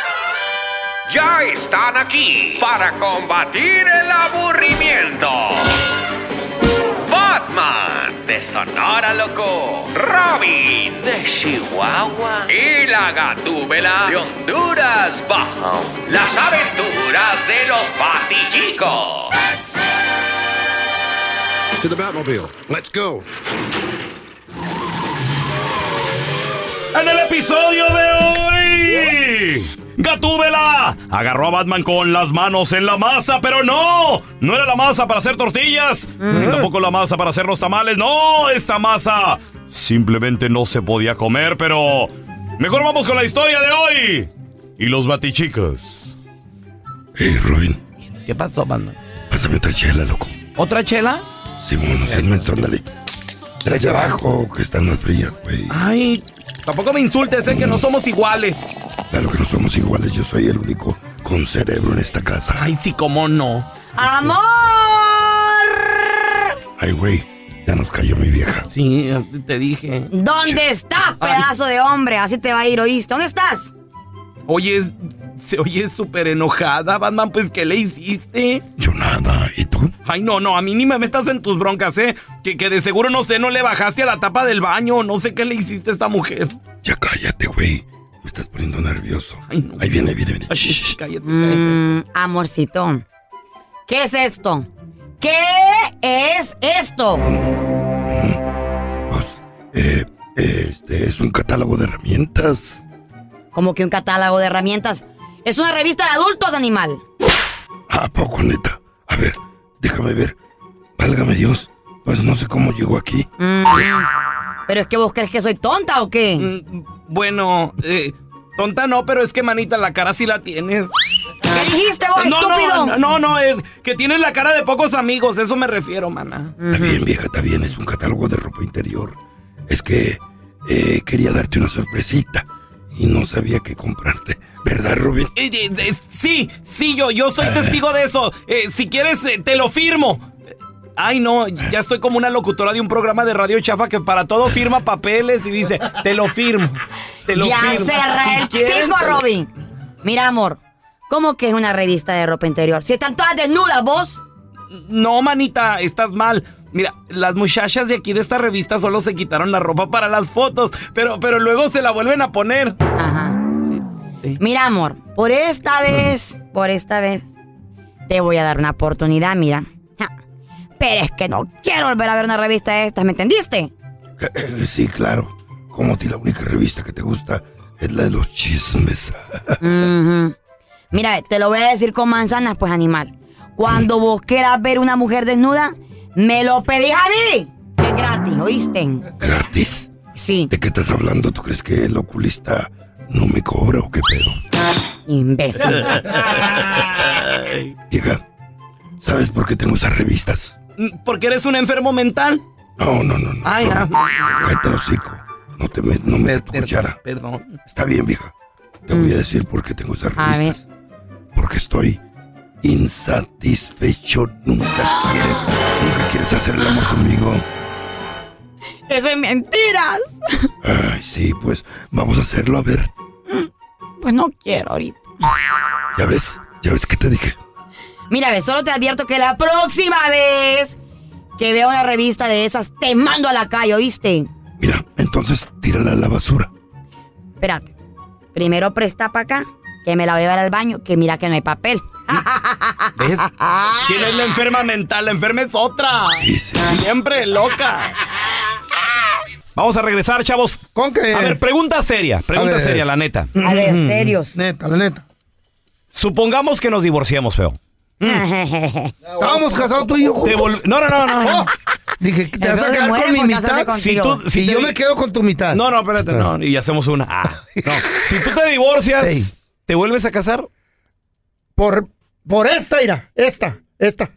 Ya están aquí para combatir el aburrimiento. Batman de Sonora Loco, Robin de Chihuahua y la Gatúbela de Honduras Bajo. Las aventuras de los patichicos. To the Batmobile. Let's go. En el episodio de hoy, Gatúbela agarró a Batman con las manos en la masa, pero no, no era la masa para hacer tortillas, ni tampoco la masa para hacer los tamales, no, esta masa simplemente no se podía comer, pero mejor vamos con la historia de hoy y los batichicos. Hey, Robin, ¿Qué pasó, Batman? pásame otra chela, loco. ¿Otra chela? Sí, bueno, sí, me ándale. Tres de abajo, que están más Pues, frías, güey. Ay, tampoco me insultes, sé que no somos iguales. Claro que no somos iguales, yo soy el único con cerebro en esta casa. Ay, sí, cómo no. ¡Amor! Ay, güey, ya nos cayó mi vieja. Sí, te dije. ¿Dónde estás, pedazo de hombre? Así te va a ir, ¿oíste? ¿Dónde estás? Oye, es- se oye súper enojada, Batman, pues ¿qué le hiciste? Yo nada, ¿y tú? Ay, no, no, a mí ni me metas en tus broncas, ¿eh? Que, que de seguro, no sé, no le bajaste a la tapa del baño, no sé qué le hiciste a esta mujer. Ya cállate, güey. Me estás poniendo nervioso. Ay, no. Ahí viene, ahí viene, viene. Ay, Shh, shh, cállate. Mm, amorcito, ¿qué es esto? ¿Qué es esto? pues, eh, eh, este es un catálogo de herramientas. Como que un catálogo de herramientas. Es una revista de adultos, animal. ¿A poco, neta? A ver, déjame ver. Válgame Dios, pues no sé cómo llegó aquí. Mm, Pero es que vos crees que soy tonta o qué? Mm, Bueno, eh, tonta no, pero es que, manita, la cara sí la tienes. ¿Qué dijiste vos, No, estúpido? no, no, no, no, es que tienes la cara de pocos amigos, eso me refiero, mana. Está bien, vieja, está bien, es un catálogo de ropa interior. Es que eh, quería darte una sorpresita y no sabía qué comprarte. ¿Verdad, Rubén? Eh, eh, eh, sí, sí, yo, yo soy testigo de eso. Eh, si quieres, eh, te lo firmo. Eh, Ay, no, ya estoy como una locutora de un programa de radio chafa que para todo firma papeles y dice, te lo firmo. Te lo Ya firmo. cerré Si el quieres, pico, te lo- Robin. Mira, amor, ¿cómo que es una revista de ropa interior? Si están todas desnudas, vos. No, manita, estás mal. Mira, las muchachas de aquí de esta revista solo se quitaron la ropa para las fotos, pero, pero luego se la vuelven a poner. Ajá. Sí. Mira, amor, por esta vez, por esta vez, te voy a dar una oportunidad, mira. Ja. Pero es que no quiero volver a ver una revista de estas, ¿me entendiste? Sí, claro. Como a ti la única revista que te gusta es la de los chismes. Ujú. Mira, te lo voy a decir con manzanas, pues, animal. Cuando vos quieras ver una mujer desnuda, me lo pedís a mí. Que es gratis, ¿oíste? Gratis. Sí, ¿De qué estás hablando? ¿Tú crees que el oculista no me cobra o qué pedo? imbécil. Vieja, ¿sabes por qué tengo esas revistas? Porque eres un enfermo mental. No, no, no, no. Ay, no. ah. Cállate el hocico. No te me, no metas tu Per- cuchara. Perdón. Está bien, vieja. Te voy a decir por qué tengo esas A ver. revistas. Porque estoy insatisfecho. Nunca quieres, nunca quieres hacer el amor conmigo. Eso es mentiras. Ay, sí, pues vamos a hacerlo, a ver. Pues no quiero ahorita. Ya ves, ya ves que te dije. Mira, ve, solo te advierto que la próxima vez que vea una revista de esas, te mando a la calle, ¿oíste? Mira, entonces tírala a la basura. Espérate. Primero presta para acá que me la voy a llevar al baño, que mira que no hay papel. ¿Ves? ¿Quién es la enferma mental? La enferma es otra. Siempre loca. Vamos a regresar, chavos. ¿Con qué? A ver, pregunta seria. Pregunta ver. seria, la neta. Mm. A ver, serios. Mm. Neta, la neta. Supongamos que nos divorciamos, feo. Estábamos casados tú y yo. Mm. Te juntos. vol- no, no, no, no. Oh, dije, ¿te El vas a Rorro quedar muere con mi por casarse mitad? con- Si Contigo. tú, si Si te- yo me quedo con tu mitad. No, no, espérate, no. Y hacemos una. Ah, no. Si tú te divorcias, Ey. ¿te vuelves a casar? Por, por esta, ira. Esta, esta.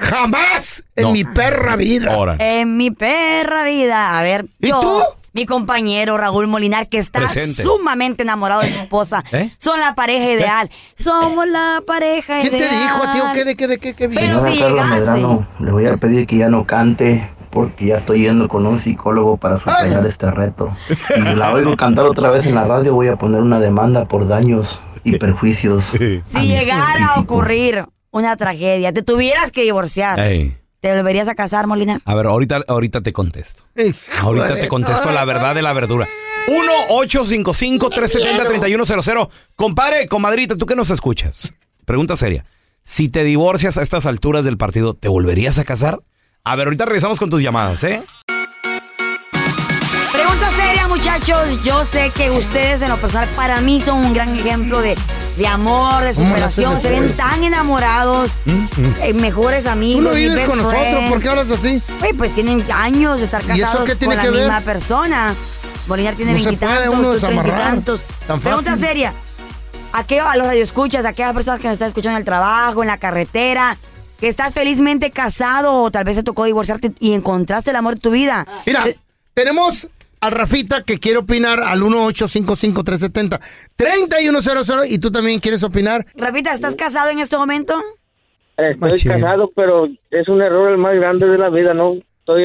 Jamás en No. mi perra vida. Ahora. En mi perra vida. A ver, ¿Y yo, tú? mi compañero Raúl Molinar, que está Presente. sumamente enamorado de su esposa. ¿Eh? Son la pareja ideal. Somos la pareja ¿Quién ideal. te dijo a ti o qué de qué de qué, qué Pero vino? si llegase. le voy a pedir que ya no cante porque ya estoy yendo con un psicólogo para superar Ah. este reto. Si la oigo cantar otra vez en la radio voy a poner una demanda por daños y perjuicios. Si llegara a ocurrir una tragedia, te tuvieras que divorciar. Eh. Ey. ¿Te volverías a casar, Molina? A ver, ahorita, ahorita te contesto. Hijo Ahorita de- te contesto la verdad de la verdura. 1-855-370-3100. Compadre, comadrita, tú que nos escuchas. Pregunta seria. Si te divorcias a estas alturas del partido, ¿te volverías a casar? A ver, ahorita regresamos con tus llamadas, ¿eh? Pregunta seria, muchachos. Yo sé que ustedes, en lo personal, para mí son un gran ejemplo de, de amor, de ¿Cómo no superación. se Se me ven fue? tan enamorados, eh, mejores amigos. Mm, Tú no mi vives best con nosotros, friend. ¿por qué hablas así? Güey, pues tienen años de estar ¿Y eso casados qué tiene con que la ver? misma persona. Molinar tiene No se veintitantos, puede uno tú treinta y desamarrar tantos. tan Pregunta fácil. seria. ¿A qué a los radioescuchas, a aquellas personas que nos están escuchando en el trabajo, en la carretera, que estás felizmente casado o tal vez te tocó divorciarte y encontraste el amor de tu vida? Mira, Eh. tenemos a Rafita que quiere opinar al 1855370-3100 y tú también quieres opinar. Rafita, ¿estás casado en este momento? Estoy Machín. casado, pero es un error el más grande de la vida, ¿no? Estoy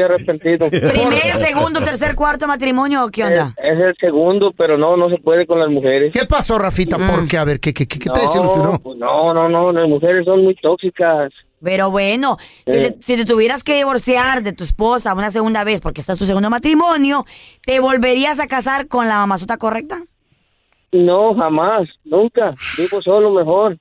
arrepentido. Primer, segundo, tercer, cuarto matrimonio, ¿o ¿qué Es, onda? es el segundo, pero no, no se puede con las mujeres. ¿Qué pasó, Rafita? Mm. ¿Por qué? A ver, ¿qué, qué, qué, qué te desilusionó? pues no, no, no, las mujeres son muy tóxicas. Pero bueno, si, Eh. te, si te tuvieras que divorciar de tu esposa una segunda vez porque estás tu segundo matrimonio, ¿te volverías a casar con la mamazota correcta? No, jamás, nunca. Vivo solo mejor.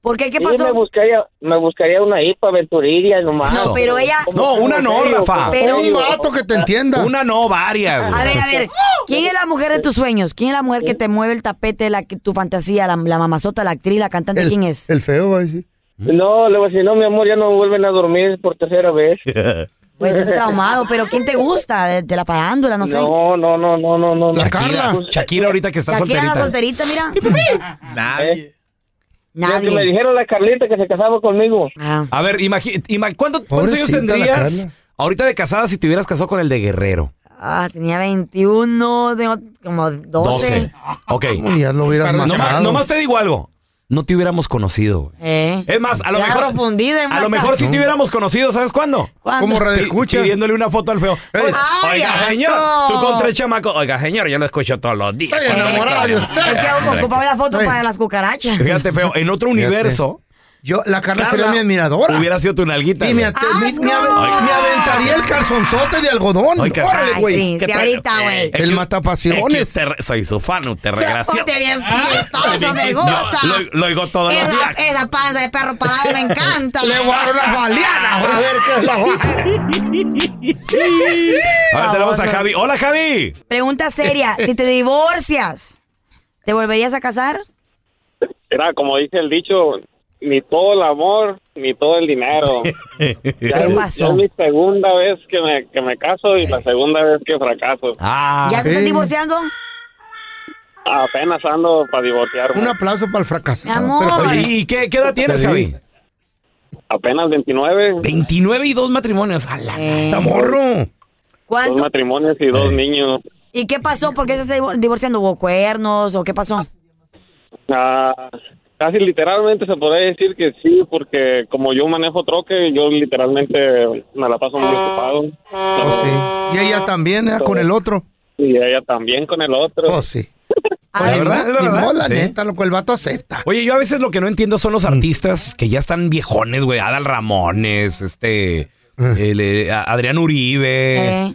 ¿Por qué? ¿Qué Sí, pasó? me buscaría, me buscaría una hipa aventurilla nomás. No, pero ella- No, una no, serio, Rafa. como Pero- Un serio. vato que te entienda. Una no, varias. güey. A ver, a ver, ¿quién es la mujer de tus sueños? ¿Quién es la mujer que te mueve el tapete, la que- tu fantasía, la, la mamazota, la actriz, la cantante? el, ¿Quién es? El feo, va a decir. No, luego si no, mi amor, ya no vuelven a dormir por tercera vez. Pues estás traumado, pero ¿quién te gusta? ¿De, de la farándula? No sé. No, no, no, no, no, no. La no. Carla. Shakira ahorita que está Shakira, la solterita. solterita, mira. Eh, ya que me Nadie. dijeron la Carlita que se casaba conmigo. Ah. A ver, imagi- ima- ¿cuánto- ¿cuántos años Pobrecita la tendrías Carla. ahorita de casada si te hubieras casado con el de Guerrero? Ah, tenía 21, tengo como 12. Ok. Uy, ya lo hubieras Nomás- matado. nomás te digo algo. No te hubiéramos conocido, güey. Eh. Es más, a lo Ya mejor. confundida, a Marta. lo mejor si te hubiéramos conocido, ¿sabes cuándo? ¿Cuándo? Como Pi- radioescucha. Pidiéndole una foto al feo. Ey. Oiga, Ay, oiga, asco. señor. Tú contra el chamaco. Oiga, señor, yo lo escucho todos los días. Estoy enamorado de usted. Es que Hombre. ocupaba la foto Oye. para las cucarachas. Fíjate, feo. En otro Fíjate. universo. Yo, la Carla, Carla sería mi admiradora. Hubiera sido tu nalguita. Y me, güey. ate- me- ¡Asco! me ave- me aventaría el calzonzote de algodón. Oiga. Órale, Ay, güey. sí, ¿Qué sí, pedo? ahorita, güey. Es El que- matapasiones. es que te re- soy su fan, te regresó. Ponte bien fietoso, me gusta. Yo lo- lo oigo todos los Esa, días. esa panza de perro parado me encanta. Le voy a dar unas baleanas. A ver qué es la Ahora tenemos a Javi. Hola, Javi. Pregunta seria, si te divorcias, ¿te volverías a casar? Era como dice el dicho, ni todo el amor, ni todo el dinero. ya, ¿Qué es- pasó? ya es mi segunda vez que me, que me caso y la segunda vez que fracaso. Ah, ¿Ya te eh. estás divorciando? Apenas ando para divorciarme. Un aplauso para el fracaso. Mi amor. oye, ¿y qué, qué edad tienes, Sí. Javi? Apenas 29, 29 y dos matrimonios. A la- Eh. Eh, Está morro. dos ¿Cuánto? matrimonios y dos niños. ¿Y qué pasó? ¿Por qué te estás divor- divorciando? ¿Hubo cuernos o qué pasó? Ah, casi literalmente se podría decir que sí, porque como yo manejo troque, yo literalmente me la paso muy ocupado. Oh, sí. Y ella también, ¿eh? con el otro. Y ella también con el otro. Oh, sí. A La ver, verdad, la Ni verdad, modo, la sí. neta, lo que el vato acepta. Oye, yo a veces lo que no entiendo son Mm. los artistas que ya están viejones, güey. Adal Ramones, este. el, eh, a- Adrián eh, Uribe. eh,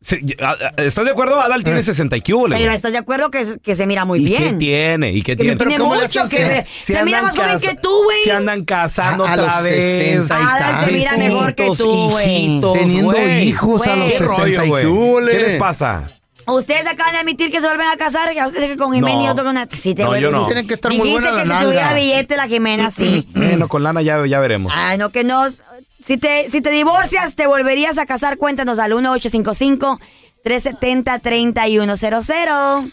Se- a- a- ¿Estás de acuerdo? Adal Eh. tiene 60 y qué hubo, le, Pero güey. estás de acuerdo que, se- que se mira muy ¿Y bien. qué tiene? ¿Y qué Que tiene? no tiene ¿cómo le mucho haces? que ver. Se Se mira andan más joven casa- que tú, güey. Se andan casando A- a otra los vez. 60 y Adal se mira tantos. mejor que tú, güey. Besitos, Teniendo güey. hijos a Güey. los ¿Qué 60 rollo, y güey? qué hule. ¿Qué les pasa? Ustedes acaban de admitir que se vuelven a casar, que a ustedes que con Jimena y No. otro con una... Sí, te No, vuelves- yo no. Tienen que estar muy Dijiste buena la que Mm, si nalga. tuviera billete la Jimena, sí. Bueno, con lana ya, ya veremos. Ay, no, que no. Si te, si te divorcias, te volverías a casar, cuéntanos al 1-855-370-3100.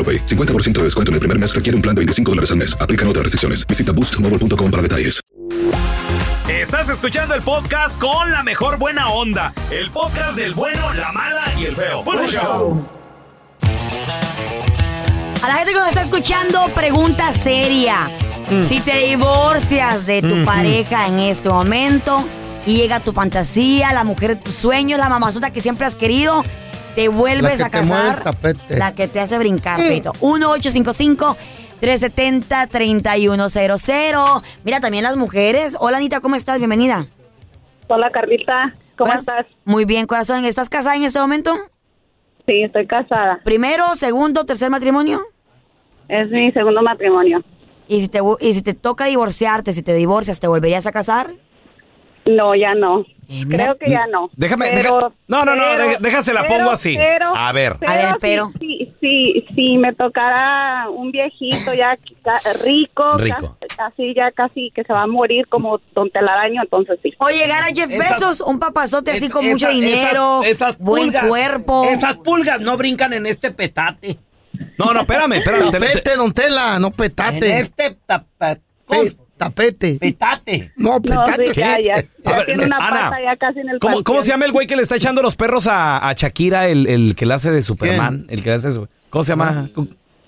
50% de descuento en el primer mes requiere un plan de 25 dólares al mes. Aplican otras restricciones. Visita boostmobile.com para detalles. Estás escuchando el podcast con la mejor buena onda. El podcast del bueno, la mala y el feo. Bueno, show. A la gente que nos está escuchando, pregunta seria. Mm. Si te divorcias de Mm-hmm. tu pareja en este momento y llega tu fantasía, la mujer de tus sueños, la mamazota que siempre has querido, te vuelves que a te mueve el casar. tapete. Mm. La que te hace brincar, Pedrito. 1855 370 3100 Mira, también las mujeres. Hola, Anita, ¿cómo estás? Bienvenida. Hola Carlita, ¿cómo Hola. estás? Muy bien, corazón. ¿Estás casada en este momento? Sí, estoy casada. Primero, segundo, tercer matrimonio. Es mi segundo matrimonio. Y si te, y si te toca divorciarte, si te divorcias, ¿te volverías a casar? No, ya no. Eh, mira. Creo que ya no. Déjame- Pero- deja- no, no, no, pero- deja- déjasela, pero- pongo así. pero- A ver. A ver, pero. Si, si, si me tocara un viejito ya ca- rico, Rico. ca- así ya casi que se va a morir como Don Telaraño, entonces sí. O llegar a Jeff Estas- Bezos, un papazote así con Esta- mucho esta- dinero, estas buen pulgas- cuerpo. Estas pulgas no brincan en este petate. No, no, espérame, espérame. te- te- Tapete, don Tela, no en petate. este tapa- Pe- tapete. petate. No, No, sí, petate. ya, ya. eh, A Ya ver, tiene una Ana, pata ya casi en el ¿Cómo, cómo panteón. se llama el güey que le está echando los perros a, a Shakira, el, el que la hace de Superman? El que la hace de su- ¿Cómo se llama? I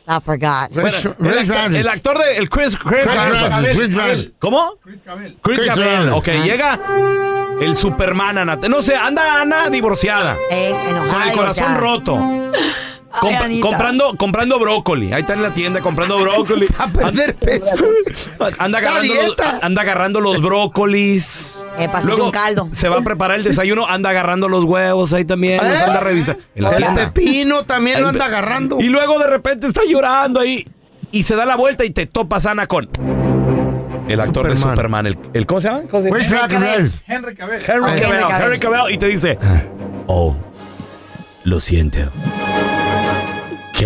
forgot. Rich- Bueno, el, Rich actor, Rogers. el actor de el Chris, Chris Chris Rogers. Rogers, Chris Rogers. ¿Cómo? Chris Cabel. Chris, Chris Cabel. Rogers. Ok, llega el Superman, Ana. No sé, anda Ana divorciada. Eh, enojada, Con el divorciada. corazón roto. Ay, Comp- Anita. comprando, comprando brócoli. Ahí está en la tienda comprando brócoli. A perder peso. Anda La agarrando, los, dieta. anda agarrando los brócolis. Eh, para hacer un caldo. Se va a preparar el desayuno, anda agarrando los huevos ahí también, los ¿Eh? anda revisando. En la El tienda. pepino también lo Ahí- anda agarrando. Y luego de repente está llorando ahí y se da la vuelta y te topa Sana con el actor de Superman. Superman, el, el- ¿cómo se llama? ¿Cómo se llama? Rich Rogers. Henry Henry Cavill, Cavill. Henry Cavill, y te dice, "Oh, lo siento." Qué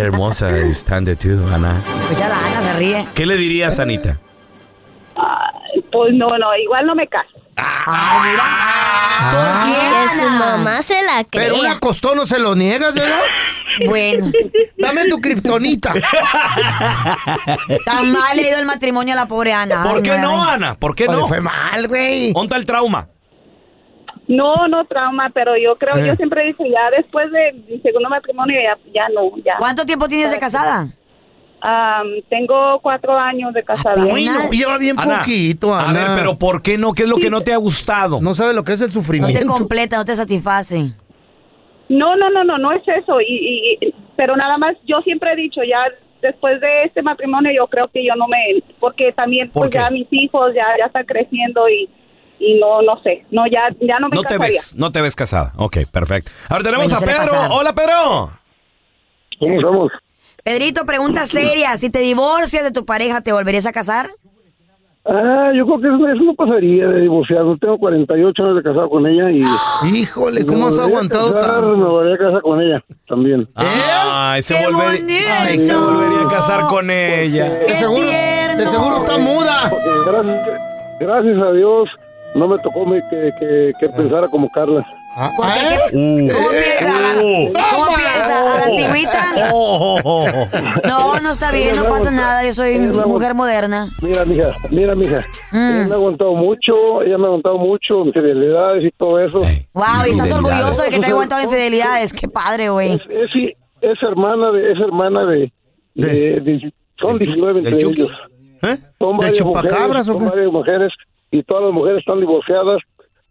hermosa están de tú, Ana. Pues ya la Ana se ríe. ¿Qué le dirías, Anita? Ay, Pues no, no, igual no me caso. Ah, ¿Por qué, Ana? se la Ah. Pero un acostón no se lo niegas, ¿verdad? Bueno, Dame tu kriptonita. tan mal le ha ido el matrimonio a la pobre Ana. Ay, ¿Por qué no, ay. Ana? ¿Por qué Oye, no? Fue mal, güey. ¿Onta el trauma? No, no trauma, pero yo creo, Eh. yo siempre dije, ya después de mi segundo matrimonio, ya, ya no, ya. ¿Cuánto tiempo tienes de casada? Am, tengo cuatro años de casada. Apenas. Uy, no, lleva bien Ana, poquito, a Ana. ver, pero ¿por qué no? ¿Qué es lo que no te ha gustado? No sabe lo que es el No te sufrimiento. completa, no te satisface. No, no, no, no, no es eso. Y, y- y- pero nada más, yo siempre he dicho, ya después de este matrimonio yo creo que yo no me porque también ¿Por pues qué? ya mis hijos ya ya están creciendo y y no no sé, no ya ya no me No te casaría. ves, no te ves casada. Ok, perfecto. Ahora tenemos a Bueno, suele Pedro. pasar. Hola, Pedro. ¿Cómo estamos? Pedrito, pregunta seria. Si te divorcias de tu pareja, ¿te volverías a casar? Ah, yo creo que eso, eso no pasaría de divorciado. Tengo 48 años de casado con ella y... Híjole, ¿cómo has aguantado tanto? Me volvería a casar con ella también. Ay, se, volver- Ay, se volvería a casar con ella. De seguro, de seguro está muda. Porque Eh, gracias, gracias a Dios no me tocó me- que, que- que pensara como Carla. Ah, ¿eh? ¿Cómo piensa? ¿Cómo Uh, piensa? Oh. ¿A la antigüita? No, no está bien, no pasa nada. Yo soy mujer moderna. Mira, mija, mira, mija. Mm. Ella me ha aguantado mucho, ella me ha aguantado mucho, mis fidelidades y todo eso. Wow, y estás orgulloso de que te haya Eso- aguantado infidelidades. Qué padre, güey. Es, es- es hermana de, es hermana de, de- de- son 19 entre Chucky? ellos. Son ¿Del varias mujeres, chupacabras o son qué? varias mujeres y todas las mujeres están divorciadas,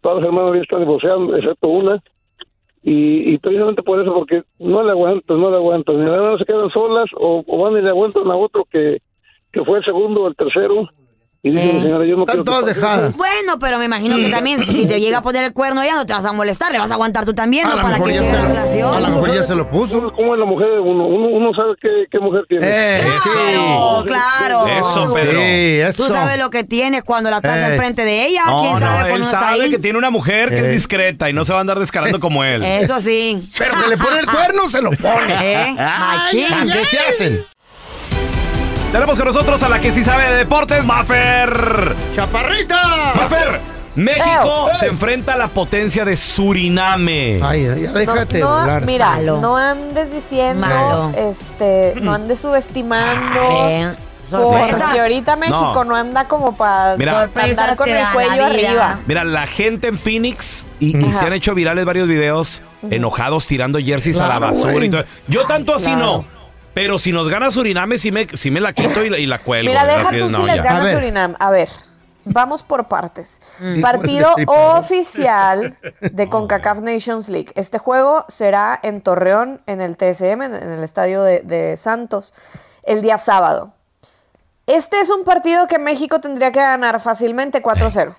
todas las hermanas ya están divorciadas, excepto una. Y, y precisamente por eso, porque no le aguantan, no le aguantan, ni las hermanas se quedan solas o, o van y le aguantan a otro que, que fue el segundo o el tercero. Y dicen, señora, yo no quiero que pase eso". Bueno, pero me imagino que también si te llega a poner el cuerno ella no te vas a molestar, le vas a aguantar tú también, ¿no? Para que siga la relación. A lo mejor ya se lo puso. ¿Cómo es la mujer de uno? Uno, uno sabe qué, qué mujer tiene. Eh, Claro, claro. Eh, Eso, Pedro. Tú sabes lo que tienes cuando la estás Eh. enfrente de ella. No, ¿Quién no, sabe él cuando uno está sabe ahí? que tiene una mujer Eh. que es discreta y no se va a andar descarando como él. Eso sí. Pero que le pone el cuerno, se lo ¿Eh? Machín. Ay, ¿Qué se hacen? Tenemos con nosotros a la que sí sabe de deportes, Mafer. ¡Chaparrita! Mafer, Eh. México se enfrenta a la potencia de Suriname. Ay, ya déjate no, volar. Mira, no andes diciendo, Malo. este, no andes subestimando. Ay, Ah, eh. sorpresas. Porque ahorita México No. no, anda como para Mira. andar con te el da la vida. cuello arriba. Mira, la gente en Phoenix y, y se han hecho virales varios videos enojados tirando jerseys a la Claro, basura. güey. y todo. Yo tanto así Claro. no. Pero si nos gana Suriname, sí me, sí me la quito y la, y la cuelgo. Mira, deja Así es, tú no, si les ya. gana Surinam. A ver, vamos por partes. Mm. Partido Hijo de oficial de CONCACAF Nations League. Este juego será en Torreón, en el TSM, en en el estadio de, de Santos, el día sábado. Este es un partido que México tendría que ganar fácilmente 4-0.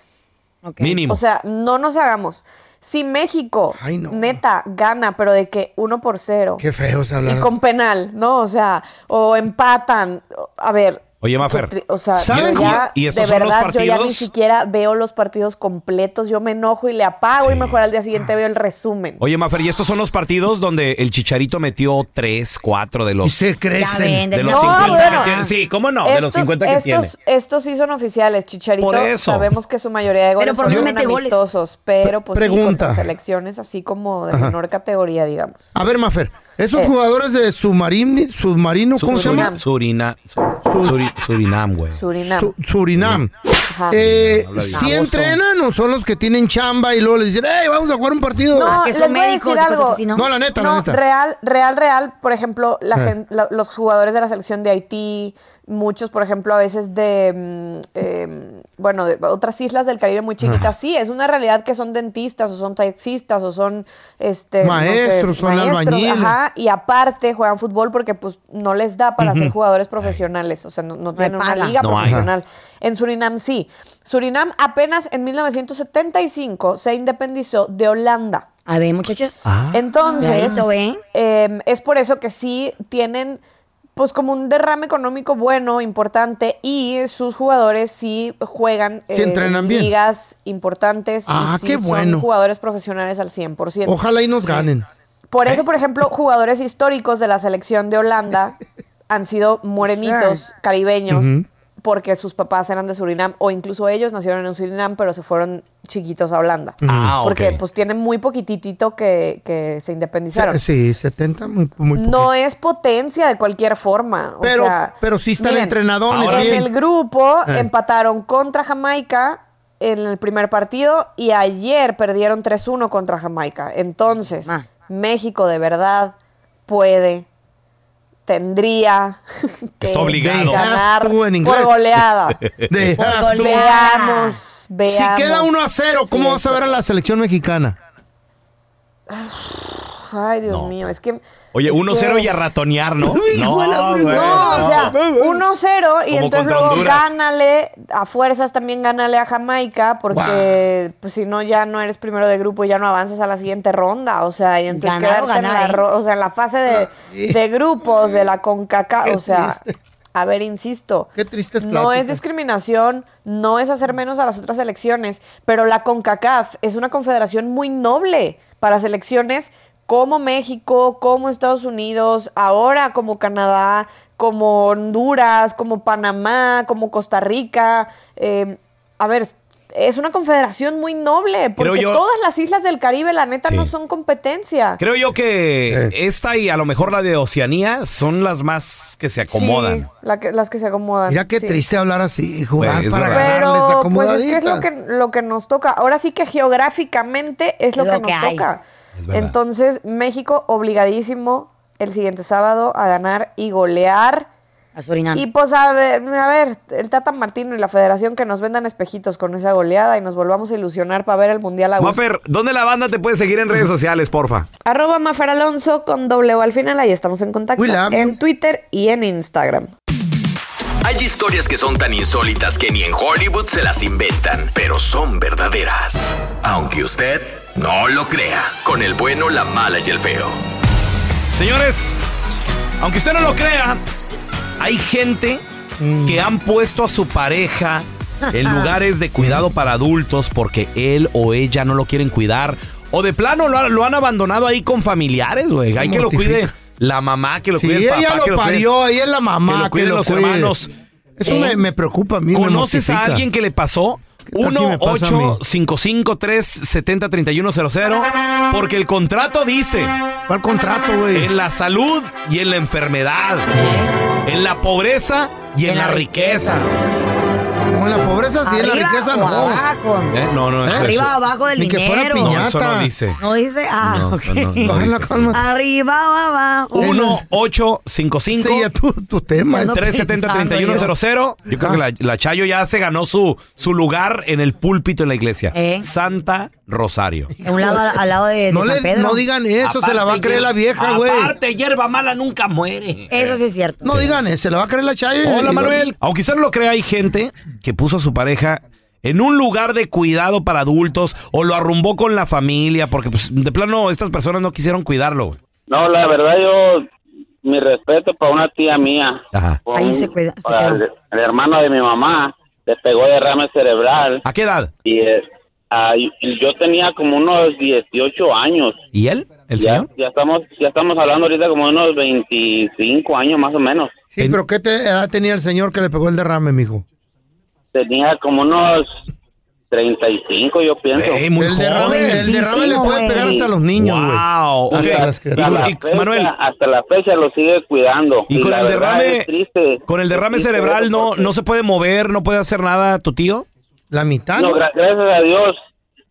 Mínimo. O sea, no nos hagamos. Si México, neta, gana, pero de que 1 por 0 Qué feo se y habla. con penal, ¿no? O sea, o empatan. A ver, Pues, Oye, Mafer. o sea, ¿saben yo cómo- ya, y estos de son los verdad, yo ya ni partidos? siquiera veo los partidos completos. Yo me enojo y le apago y mejor al día Ah. siguiente veo el resumen. Oye, Mafer, y estos son los partidos donde el Chicharito metió 3, 4 de los. Y se crecen. Ya ven, De los no, 50 bueno. que tiene. Sí, ¿cómo no? de los Estos- 50 que estos, tiene. Estos sí son oficiales, Chicharito. Por eso. Sabemos que su mayoría de goles Pero ¿por qué fueron mete goles? amistosos, pero pues sí, Pregunta. contra selecciones así como de Ajá. menor categoría, digamos. A ver, Mafer, esos Eh. jugadores de submarín, submarino, ¿cómo se llama? Surina, su- Suri- Surinam, güey. Surinam. Su- Surinam. Ajá. Eh, Habla bien. ¿Sí Baboso. entrenan o son los que tienen chamba y luego les dicen, hey, vamos a jugar un partido? Ah, No, les voy a decir algo. ¿no? la neta, la No, neta. Real, real, real. Por ejemplo, la Eh. gen- la- los jugadores de la selección de Haití, muchos, por ejemplo, a veces de, mm, eh, bueno, de otras islas del Caribe muy chiquitas. Sí, es una realidad que son dentistas o son taxistas o son, este, no sé, Maestros, son albañiles. Ajá, y aparte juegan fútbol porque pues no les da para ser Ujú. jugadores profesionales. O sea, no, no tienen una paga. liga No hay. profesional. En Surinam sí. Surinam apenas en 1975 se independizó de Holanda. A ver, muchachos. Ah. Entonces, Clarito, ¿eh? eh, es por eso que sí tienen pues como un derrame económico bueno, importante, y sus jugadores sí juegan Sí entrenan en bien. ligas importantes Ah, y sí qué bueno. son jugadores profesionales al 100%. Ojalá y nos ganen. Por eso, por ejemplo, jugadores históricos de la selección de Holanda han sido morenitos caribeños Ujú. porque sus papás eran de Surinam o incluso ellos nacieron en Surinam pero se fueron chiquitos a Holanda. Ah, porque ok. pues tienen muy poquitito que, que se independizaron. Sí, 70, muy, muy No es potencia de cualquier forma. o Pero- sea, pero sí están entrenadones, En bien. el grupo Eh. empataron contra Jamaica en el primer partido y ayer perdieron 3-1 contra Jamaica. Entonces, México de verdad puede, tendría que Está obligado. ganar Tú en inglés. por goleada. De- Por Veamos, Si veamos. queda 1 a 0, ¿cómo vas a ver a la selección mexicana? Ay, Dios mío, es que... Oye, es 1-0 que- y a ratonear, ¿no? Hijo de la No, fregada. güey, No, o sea, 1-0 y Como entonces contra luego Honduras. gánale, a fuerzas también gánale a Jamaica, porque pues, si no ya no eres primero de grupo y ya no avanzas a la siguiente ronda, o sea, y entonces Ganar o quedarte en, la, ganar, ¿eh? ro- o sea, en la fase de, de grupos de la CONCACAF, o sea, a ver, insisto, no es pláticas. discriminación, no es Mm. hacer menos a las otras selecciones, pero la CONCACAF es una confederación muy noble para selecciones como México, como Estados Unidos, ahora como Canadá, como Honduras, como Panamá, como Costa Rica. eh, a ver, es una confederación muy noble, Creo porque yo- todas las islas del Caribe, la neta, no son competencia. Creo yo que esta y a lo mejor la de Oceanía son las más que se acomodan. Sí, la que- las que se acomodan. Mira qué sí. triste hablar así, jugar Güey, es para verdad. ganarles Pero pues es que es lo acomodaditas. que, lo que nos toca. Ahora sí que geográficamente es lo, Lo que, que nos hay. toca. Es verdad. Entonces, México obligadísimo el siguiente sábado a ganar y golear. A Surinam. Y pues a ver, a ver, el Tata Martino y la federación que nos vendan espejitos con esa goleada y nos volvamos a ilusionar para ver el Mundial a gusto. Mafer, ¿dónde la banda te puede seguir en redes sociales, porfa? Arroba Mafer Alonso con W al final, ahí estamos en contacto. En Twitter y en Instagram. Hay historias que son tan insólitas que ni en Hollywood se las inventan, pero son verdaderas. Aunque usted no lo crea, con el bueno, la mala y el feo. Señores, aunque usted no lo crea, hay gente Mm. que han puesto a su pareja en lugares de cuidado para adultos porque él o ella no lo quieren cuidar. O de plano lo, ha- lo han abandonado ahí con familiares, güey. Hay que lo Mortifica. cuide la mamá, que lo Sí, cuide el papá. ella que lo cuide- parió, ella es la mamá, Que lo cuiden los cuide. hermanos. Eso Eh, me, me preocupa a mí. me ¿Conoces a mortifica. alguien que le pasó? tal si me pasa a mí? 1-855-370-3100 porque el contrato dice... ¿Cuál contrato, güey? En la salud y en la enfermedad. ¿Eh? En la pobreza y en, la, riqueza. No, en la pobreza sí, en la Arriba riqueza o no. abajo. Eh, No, no, eso- Arriba o eso- abajo del Ni que dinero. fuera piñata. No, eso no dice. No dice. Ah, No, ok. eso no- no Con la dice. Arriba o abajo. 1-855. Sí, ya tu, tu tema es- 370-3100. Yo creo que la, la Chayo ya se ganó su, su lugar en el púlpito en la iglesia. Eh. Santa Rosario. A un lado, al lado de, de No San le- Pedro. no digan eso, se la va a creer la vieja, güey. Aparte, hierba mala nunca muere. Eso sí es cierto. No digan, eh, se la va a creer la chaya. Hola Manuel. Aunque usted no lo crea, hay gente que puso a su pareja en un lugar de cuidado para adultos o lo arrumbó con la familia porque pues, de plano estas personas no quisieron cuidarlo. güey. No, la verdad yo, mi respeto para una tía mía. Ahí se cuida. el, el hermano de mi mamá le pegó derrame cerebral. ¿A qué edad? Y eh, ah, y- y yo tenía como unos 18 años. ¿Y él? ¿El ya, señor? ya estamos ya estamos hablando ahorita como de unos 25 años más o menos. Sí, pero ¿qué te- edad tenía el señor que le pegó el derrame, mijo? Tenía como unos 35, yo pienso. el derrame, el derrame le puede pegar hasta a los niños, güey. Wow, Hasta Hasta, las hasta la criaturas. fecha, hasta la fecha lo sigue cuidando. Y con la el verdad derrame- es triste, Con el es derrame triste cerebral eso no, porque- no se puede mover, no puede hacer nada tu tío. La mitad. No, gra- gracias a Dios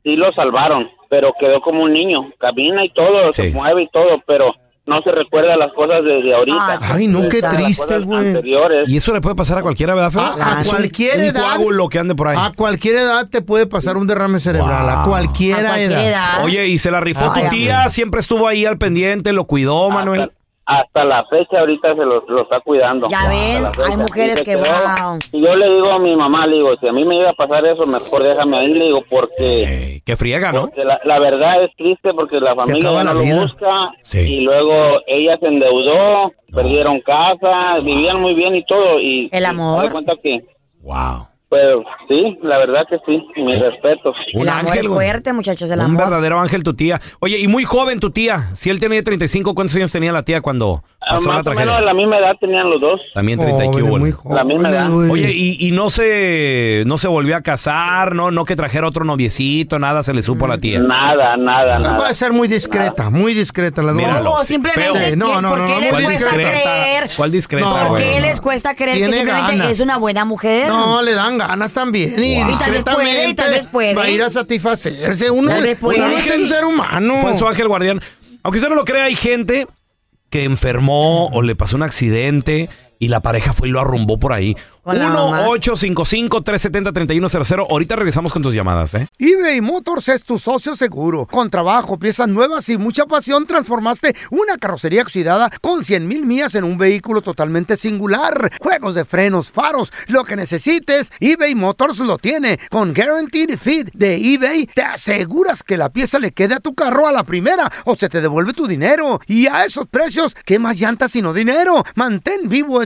sí lo salvaron, pero quedó como un niño. Camina y todo, se mueve y todo, pero no se recuerda las cosas de, de ahorita. Ay, no, qué Las triste, cosas güey. anteriores. Y eso le puede pasar a cualquiera, ¿verdad, Feo? Ah, A, a Es un- cualquier un edad. coágulo que ande por ahí. A cualquier edad te puede pasar un derrame cerebral. A cualquier edad. Oye, y se la rifó Ay, tu tía, siempre estuvo ahí al pendiente, lo cuidó, Manuel. Hasta la fecha ahorita se lo, lo está cuidando. Ya ven, hay mujeres que wow. Y yo le digo a mi mamá, le digo, si a mí me iba a pasar eso, mejor déjame ahí, le digo, porque... que friega, ¿no? la, la verdad es triste porque la familia acaba ya la no lo vida. busca y luego ella se endeudó, perdieron casa, vivían muy bien y todo. Y, El y amor. me doy cuenta que... Wow. Pero sí, la verdad que sí, mis Eh, respetos. El amor es güey. fuerte, muchachos, el Un amor. verdadero ángel tu tía. Oye, y muy joven tu tía. Si él tenía 35, ¿cuántos años tenía la tía cuando Ah, pasó la Más o tragedia? menos a la misma edad tenían los dos. También 30 y qué hubo. La misma edad. Oye, y, y no se no se volvió a casar, no no que trajera otro noviecito, nada se le supo a la tía. Nada, nada, Va a ser muy discreta, muy disceta la Míralo, dos. O sí. simplemente, Sí, ¿qué- No, no, por no, qué no, les muy cuesta discreta. creer? ¿Cuál discreta? No, ¿Por güey, qué no. les cuesta creer que Tiene simplemente ganas. es una buena mujer? No, le dan ganas también y Wow. Y tal vez puede, y discretamente tal vez puede. va a ir a satisfacerse. Uno, Tal vez puede. uno es un ser humano. Fue su ángel guardián. Aunque usted no lo crea, hay gente que enfermó o le pasó un accidente Y la pareja fue y lo arrumbó por ahí. Con la mamá. 1-855-370-3100. Ahorita regresamos con tus llamadas, ¿eh? eBay Motors es tu socio seguro. Con trabajo, piezas nuevas y mucha pasión, transformaste una carrocería oxidada con 100 mil millas en un vehículo totalmente singular. Juegos de frenos, faros, lo que necesites, eBay Motors lo tiene. Con Guaranteed Fit de eBay, te aseguras que la pieza le quede a tu carro a la primera o se te devuelve tu dinero. Y a esos precios, ¿qué más llantas sino dinero? Mantén vivo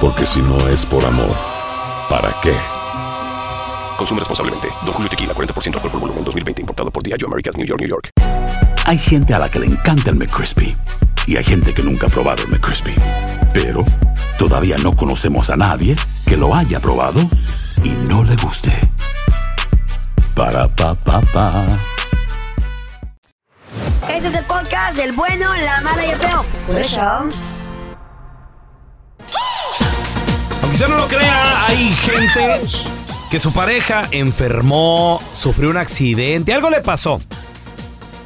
Porque si no es por amor, ¿para qué? Consume responsablemente. Don Julio Tequila 40% alcohol por volumen 2020 importado por Diageo Americas New York New York. Hay gente a la que le encanta el McCrispy y hay gente que nunca ha probado el McCrispy. Pero todavía no conocemos a nadie que lo haya probado y no le guste. Para pa pa pa. Este es el podcast del bueno, la mala y el feo. Por eso. Aunque usted no lo crea, hay gente que su pareja enfermó, sufrió un accidente, algo le pasó.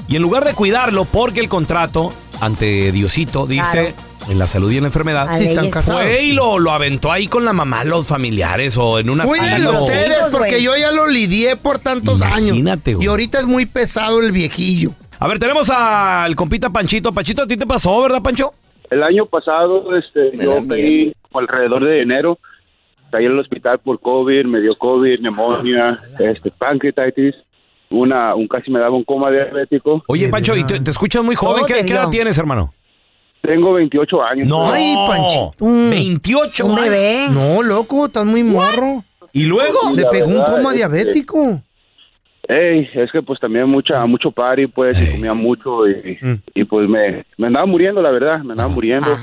Y en lugar de cuidarlo, porque el contrato ante Diosito dice en la salud y en la enfermedad, Sí, están casados. fue y lo, lo aventó ahí con la mamá, los familiares o en una Cuídenlo ustedes, porque yo ya lo lidié por tantos años. Imagínate, güey. Y ahorita es muy pesado el viejillo. A ver, tenemos al compita Panchito. Panchito, ¿a ti te pasó, verdad, Pancho? El año pasado, este, yo pedí como alrededor de enero, caí en el hospital por COVID, me dio COVID, Ah, neumonía, este, pancreatitis, una, un casi me daba un coma diabético. Oye, Pancho, y te, te escuchas muy joven. ¿Qué, qué edad tienes, hermano? Tengo 28 años. No, Ay, Panchito. 28 Un años. bebé. No, loco, estás muy morro. ¿Y luego? Le La pegó un verdad este, coma es que- diabético. Ey, es que pues también mucha, mucho party, pues, y comía mucho y, y, pues me, me andaba muriendo, la verdad, me andaba muriendo.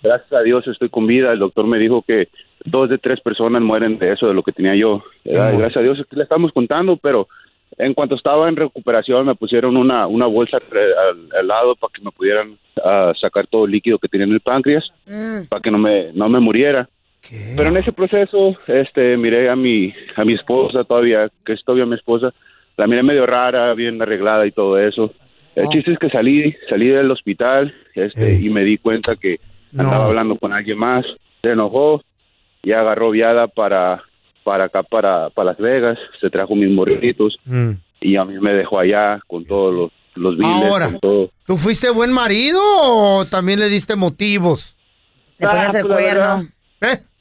Gracias a Dios estoy con vida. El doctor me dijo que dos de tres personas mueren de eso, de lo que tenía yo. ¿verdad? Y Ujú. Gracias a Dios aquí la estamos contando, pero en cuanto estaba en recuperación me pusieron una, una bolsa re- al, al lado para que me pudieran ah, sacar todo el líquido que tenía en el páncreas Mm. Mm. para que no me, no me muriera. Pero en ese proceso, este, miré a mi, a mi esposa todavía, que es todavía mi esposa, la miré medio rara, bien arreglada y todo eso. El Ah. chiste es que salí, salí del hospital, este, y me di cuenta que andaba hablando con alguien más, se enojó y agarró viada para, para acá, para, para Las Vegas, se trajo mis morritos Mm. y a mí me dejó allá con todos los, los biles, Ahora. con todo. ¿Tú fuiste buen marido o también le diste motivos? Le pegas el cuerno.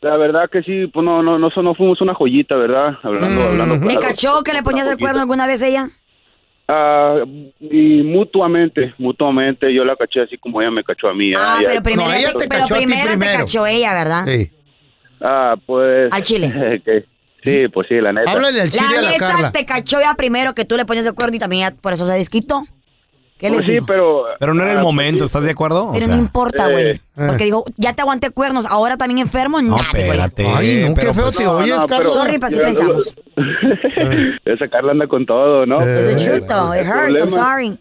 La verdad que sí, pues no, no, no, no fuimos una joyita, ¿verdad? Mm, Hablando, hablando. ¿Te cachó que le ponías el cuerno alguna vez a ella? Ah, y mutuamente, mutuamente, yo la caché así como ella me cachó a mí. Ah, Pero primero, te, pero primero te cachó ella, ¿verdad? Ah, pues... Al chile. que- sí, pues sí, la neta. la neta te cachó ya primero que tú le ponías el cuerno y también ya por eso se desquitó. ¿Qué Pues les sí, digo? pero... Pero no era el ah, pues momento, sí. ¿estás de acuerdo? O Pero sea, no importa, Eh. güey. Eh. Porque dijo, ya te aguanté cuernos, ahora también enfermo, No, nada, güey. espérate. Ay, no, qué pero feo pues- te oyes, No, no, Carlos. pero- Sorry, pero así Yo- pensamos. Esa Carla anda con todo, ¿no? It's the Pues, truth, though. It el hurts, I'm problema- sorry.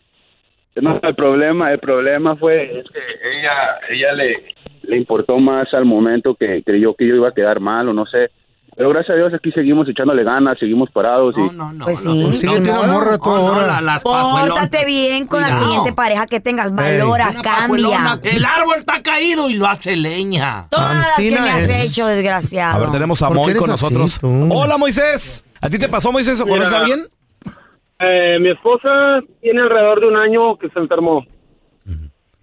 No, el problema, el problema fue es que ella, ella le, le importó más al momento que creyó que yo iba a quedar mal o no sé. Pero gracias a Dios aquí seguimos echándole ganas, seguimos parados y... Pues sí, Pues sí, tiene morra toda hora. Pórtate bien con la Cuidado. siguiente pareja que tengas. Valora, cambia. El árbol está caído y lo hace leña. Todas las que eh. me has hecho, A ver, desgraciado. tenemos a ¿Por qué Moy eres con así, nosotros. Hola, Moisés. ¿A ti te pasó, Moisés, o Mira, conoces a alguien? Eh, mi esposa tiene alrededor de un año que se enfermó.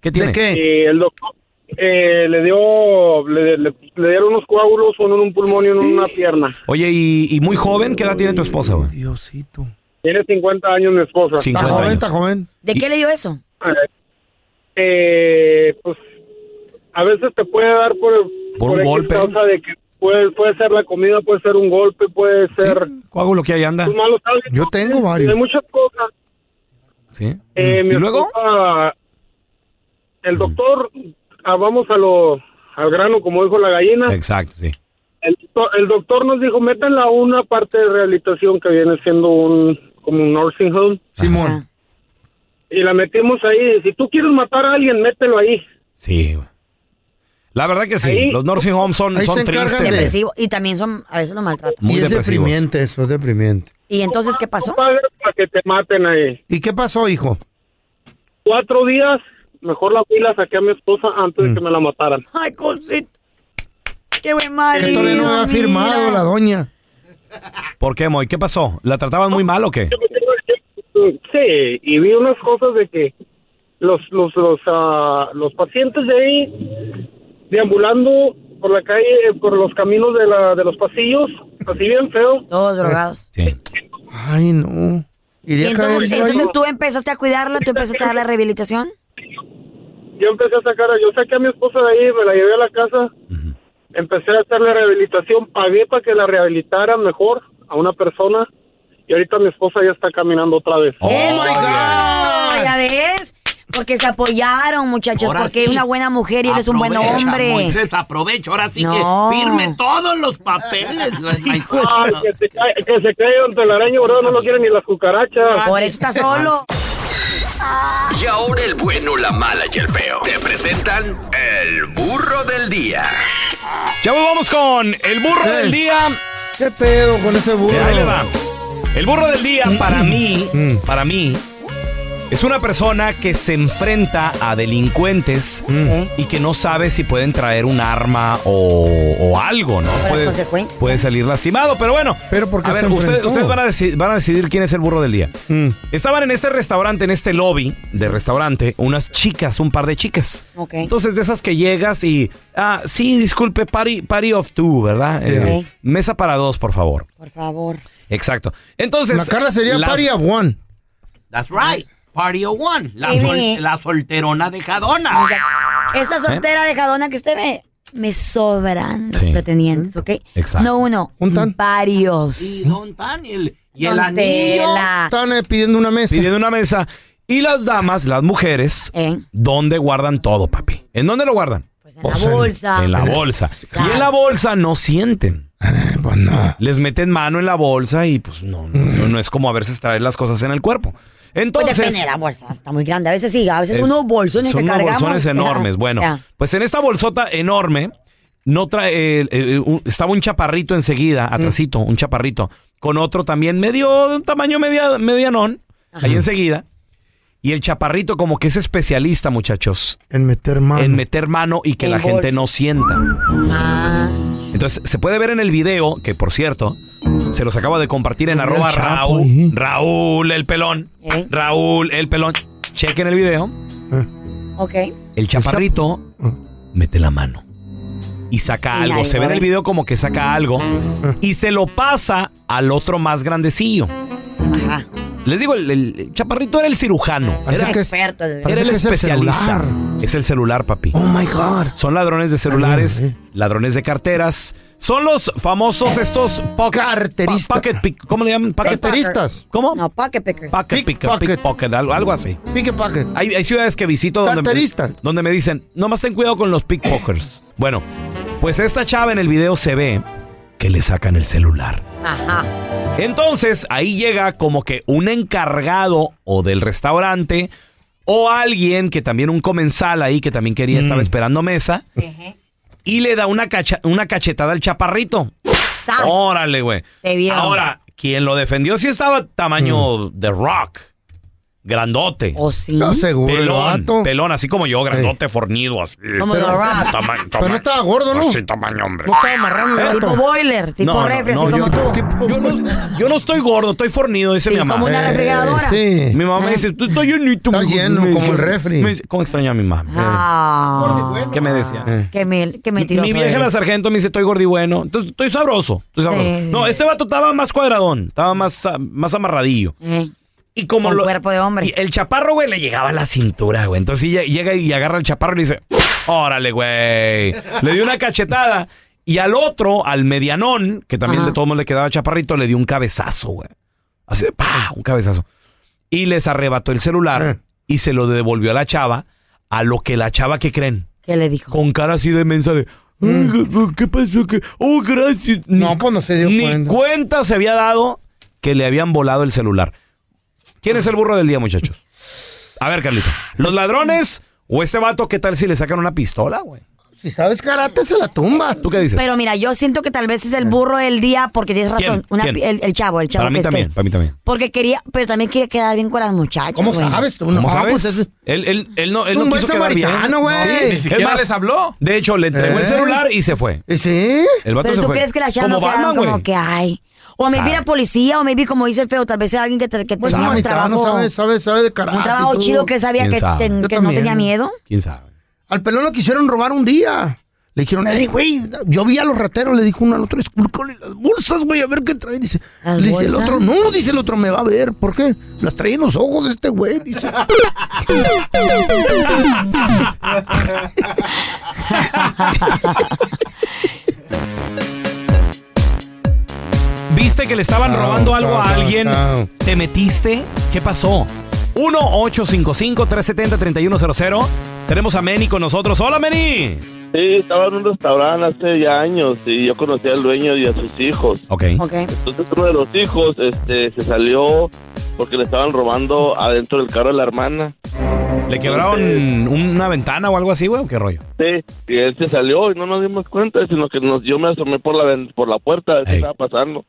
¿Qué tiene? Y el doctor eh, le dio, le, le- le dieron unos coágulos, uno en un pulmón y uno en una pierna. Oye, y, y muy joven, ¿qué edad tiene tu esposa, güey? Tiene 50 años mi esposa. 50 Está joven, años. está joven. ¿De qué le dio eso? Eh, pues a veces te puede dar por, Por un X golpe. causa de que puede, puede ser la comida, puede ser un golpe, puede ser Coágulo que ahí anda. tus malos hábitos. Yo tengo Tiene- varios. tiene muchas cosas. ¿Sí? Eh, ¿Y mi luego? esposa, el doctor, ah, vamos a lo, al grano, como dijo la gallina. Exacto, sí. el, do- el doctor nos dijo, métanla a una parte de rehabilitación que viene siendo un como un nursing home. Simón. Y la metimos ahí. Si tú quieres matar a alguien, mételo ahí. Sí. La verdad que sí, Ahí- los nursing homes son, son tristes. Depresivo. Y también son, a veces lo maltratan. Muy y es depresivos. deprimente eso, es deprimente. ¿Y entonces qué pasó? Para que te maten ahí. ¿Y qué pasó, hijo? Cuatro días, mejor la fui y la saqué a mi esposa antes Mm. de que me la mataran. Ay, cosita. Qué buen marido. Que todavía no había firmado la doña. ¿Por qué, Moy? ¿Qué pasó? ¿La trataban muy mal o qué? Sí, y vi unas cosas de que los los los ah, los pacientes de ahí deambulando por la calle, eh, por los caminos de la de los pasillos, así bien feo. Todos drogados. Ay, no. Y Y de acá entonces, adentro entonces ahí- tú empezaste a cuidarla, tú empezaste a darle rehabilitación. Yo empecé a sacar, yo saqué a mi esposa de ahí, me la llevé a la casa, empecé a hacer la rehabilitación, pagué para que la rehabilitaran mejor a una persona y ahorita mi esposa ya está caminando otra vez. Oh, ya ves. Porque se apoyaron, muchachos. Ahora porque sí. es una buena mujer y eres un buen Aprovecha, hombre. Moisés, aprovecha, ahora sí No. que firme todos los papeles. la- Ay, que se cae, que se cae un telaraño, bro, no lo quieren ni las cucarachas. Por eso está solo. Y ahora el bueno, la mala y el feo. Te presentan el burro del día. Ya vamos con el burro del día. ¿Qué pedo con ese burro? Mm. Ahí le va. El burro del día para mí, para mí, es una persona que se enfrenta a delincuentes y que no sabe si pueden traer un arma o, o algo, ¿no? Puede, puede salir lastimado, pero bueno. Pero porque a ver, ustedes, ustedes van, a deci- van a decidir quién es el burro del día. Mm. Estaban en este restaurante, en este lobby de restaurante, unas chicas, un par de chicas. Ok. Entonces, de esas que llegas y. Ah, sí, disculpe, party, party of two, ¿verdad? Eh, Ok. mesa para dos, por favor. Por favor. Exacto. Entonces. La Carla sería party of one. That's right. Party of one. La, Sí. sol- la solterona dejadona. ¿Eh? Esta soltera dejadona que usted ve, me sobran los pretendientes, ¿ok? Exacto. No uno, varios. Tan y el, y el Don anillo. Tela. Estaban eh, pidiendo una mesa. Pidiendo una mesa. Y las damas, las mujeres, ¿dónde guardan todo, papi? ¿En dónde lo guardan? en la bolsa. Pues En la bolsa. Y en la bolsa no sienten. Les meten mano en la bolsa y pues no, no, no es como a veces traer las cosas en el cuerpo. Pues Entonces. depende de la bolsa, está muy grande. A veces sí, a veces Es- unos bolsones son que unos cargamos. bolsones enormes. Bueno, Ya. pues en esta bolsota enorme no trae, eh, eh, un- estaba un chaparrito enseguida, Mm. atrasito, un chaparrito, con otro también medio, de un tamaño media, medianón, ahí enseguida. Y el chaparrito como que es especialista, muchachos, En meter mano. en meter mano y que En la gente bolsa. no sienta. Ah. Entonces, se puede ver en el video, que por cierto, se los acabo de compartir en arroba el Chapo Raúl, Raúl el pelón. ¿Eh? Raúl el pelón. Chequen el video. Ok. El chaparrito mete la mano y saca Y algo. ahí Se ve va. en el video como que saca algo y se lo pasa al otro más grandecillo. Les digo, el, el chaparrito era el cirujano. Era, Era experto. de verdad. era el especialista. es el celular, papi. Oh my God. eh. Son ladrones de celulares, ladrones de carteras. Son los famosos estos carteristas. ¿Cómo le llaman? Pocket- Carteristas. ¿Cómo? No, pocket pickers. Pocket, picker, pickpocket, algo, algo así. Pickpocket. Hay, hay ciudades que visito donde Carterista. me, donde me dicen, nomás ten cuidado con los pickpockers. Bueno, pues esta chava en el video se ve que le sacan el celular. Ajá. Eh. Entonces ahí llega como que un encargado o del restaurante o alguien que también un comensal ahí que también quería, Mm. estaba esperando mesa y le da una, cacha- una cachetada al chaparrito. ¡Sas! Órale, güey. Te vieron. Ahora, quien lo defendió sí estaba Mm. tamaño de rock. Grandote. O sí. No, Ah, seguro, el Pelón, pelón, así como yo, grandote, fornido, así. Como The Rock. Tama- Pues Pero no estaba gordo, ¿no? Sí, tamaño, hombre. No estaba marrano el Tipo gato. boiler, tipo No, no, refri, no, así como yo- tú. Yo no, yo no estoy gordo, estoy fornido, dice Sí, mi mamá. como una Eh, refrigeradora. sí. Mi mamá me dice, tú estás llenito. Está lleno, Me como el dice- refri. me dice, ¿Cómo extraña a mi mamá? Ah, ¿Qué me decía? Eh. qué, mel- qué Mi- mentiroso. Mi vieja eres. la sargento me dice, estoy gordi bueno. Entonces, estoy sabroso. estoy sabroso". Sí. No, este vato estaba más cuadradón, estaba más, ah, más amarradillo. Eh, Y como con lo- cuerpo de hombre. Y el chaparro, güey, le llegaba a la cintura, güey. Entonces ella llega y agarra al chaparro y le dice, órale, güey. Le dio una cachetada. Y al otro, al medianón, que también Ajá. de todo mundo le quedaba chaparrito, le dio un cabezazo, güey. Así de, pa, un cabezazo. Y les arrebató el Eh. celular y se lo devolvió a la chava. A lo que la chava, ¿qué creen? ¿Qué le dijo? Con cara así de mensa de, ¿Qué pasó? ¿Qué? Oh, gracias. Mm. no, pues no se dio Ni cuenta. cuenta se había dado que le habían volado el celular. ¿Quién es el burro del día, muchachos? A ver, Carlita. ¿Los ladrones o este vato qué tal si le sacan una pistola, güey? Si sabes karate, se la tumba. ¿Tú qué dices? Pero mira, yo siento que tal vez es el burro del día porque tienes razón. Eh. ¿Quién? Una ¿Quién? pi- El, el chavo, el chavo. para mí que- también, que- para mí también. porque quería, pero también quería quedar bien con las muchachas. güey. ¿Cómo Ah, sabes? pues es- él, él- él no, Es él un no buen quiso quedar bien. samaritano, güey. Sí, Ni siquiera Es más, les habló. De hecho, le entregó el ¿Eh? celular y se fue. ¿Sí? El vato Pero se tú fue. crees que las chavas no Como quedaron Batman, güey. como que hay. O me Sabe. vi la policía, o me vi como dice el feo, tal vez era alguien que, te- que Pues tenía un samaritano, trabajo. sabe, sabe, sabe de karate. Un Ah, trabajo y todo. chido que sabía ¿Quién que, sabe? ten- Yo que no también. tenía miedo. ¿Quién sabe? Al pelón lo quisieron robar un día. Le dijeron, hey, güey, yo vi a los rateros, le dijo uno al otro, escúrcale las bolsas, güey, a ver qué trae. Dice, ¿Las le dice el bolsas? otro, no, dice el otro, me va a ver, ¿por qué? Las trae en los ojos este güey, dice. ¿Viste que le estaban robando algo a alguien? ¿Te metiste? ¿Qué pasó? 1-855-370-3100. Tenemos a Meni con nosotros. ¡Hola, Meni! Sí, estaba en un restaurante hace ya años y yo conocí al dueño y a sus hijos. Ok. Entonces uno de los hijos este, se salió porque le estaban robando adentro del carro de la hermana. ¿Le quebraron una ventana o algo así, güey? ¿o ¿Qué rollo? Sí, y él se salió y no nos dimos cuenta, sino que nos, yo me asomé por la, ven- por la puerta a ver qué estaba pasando.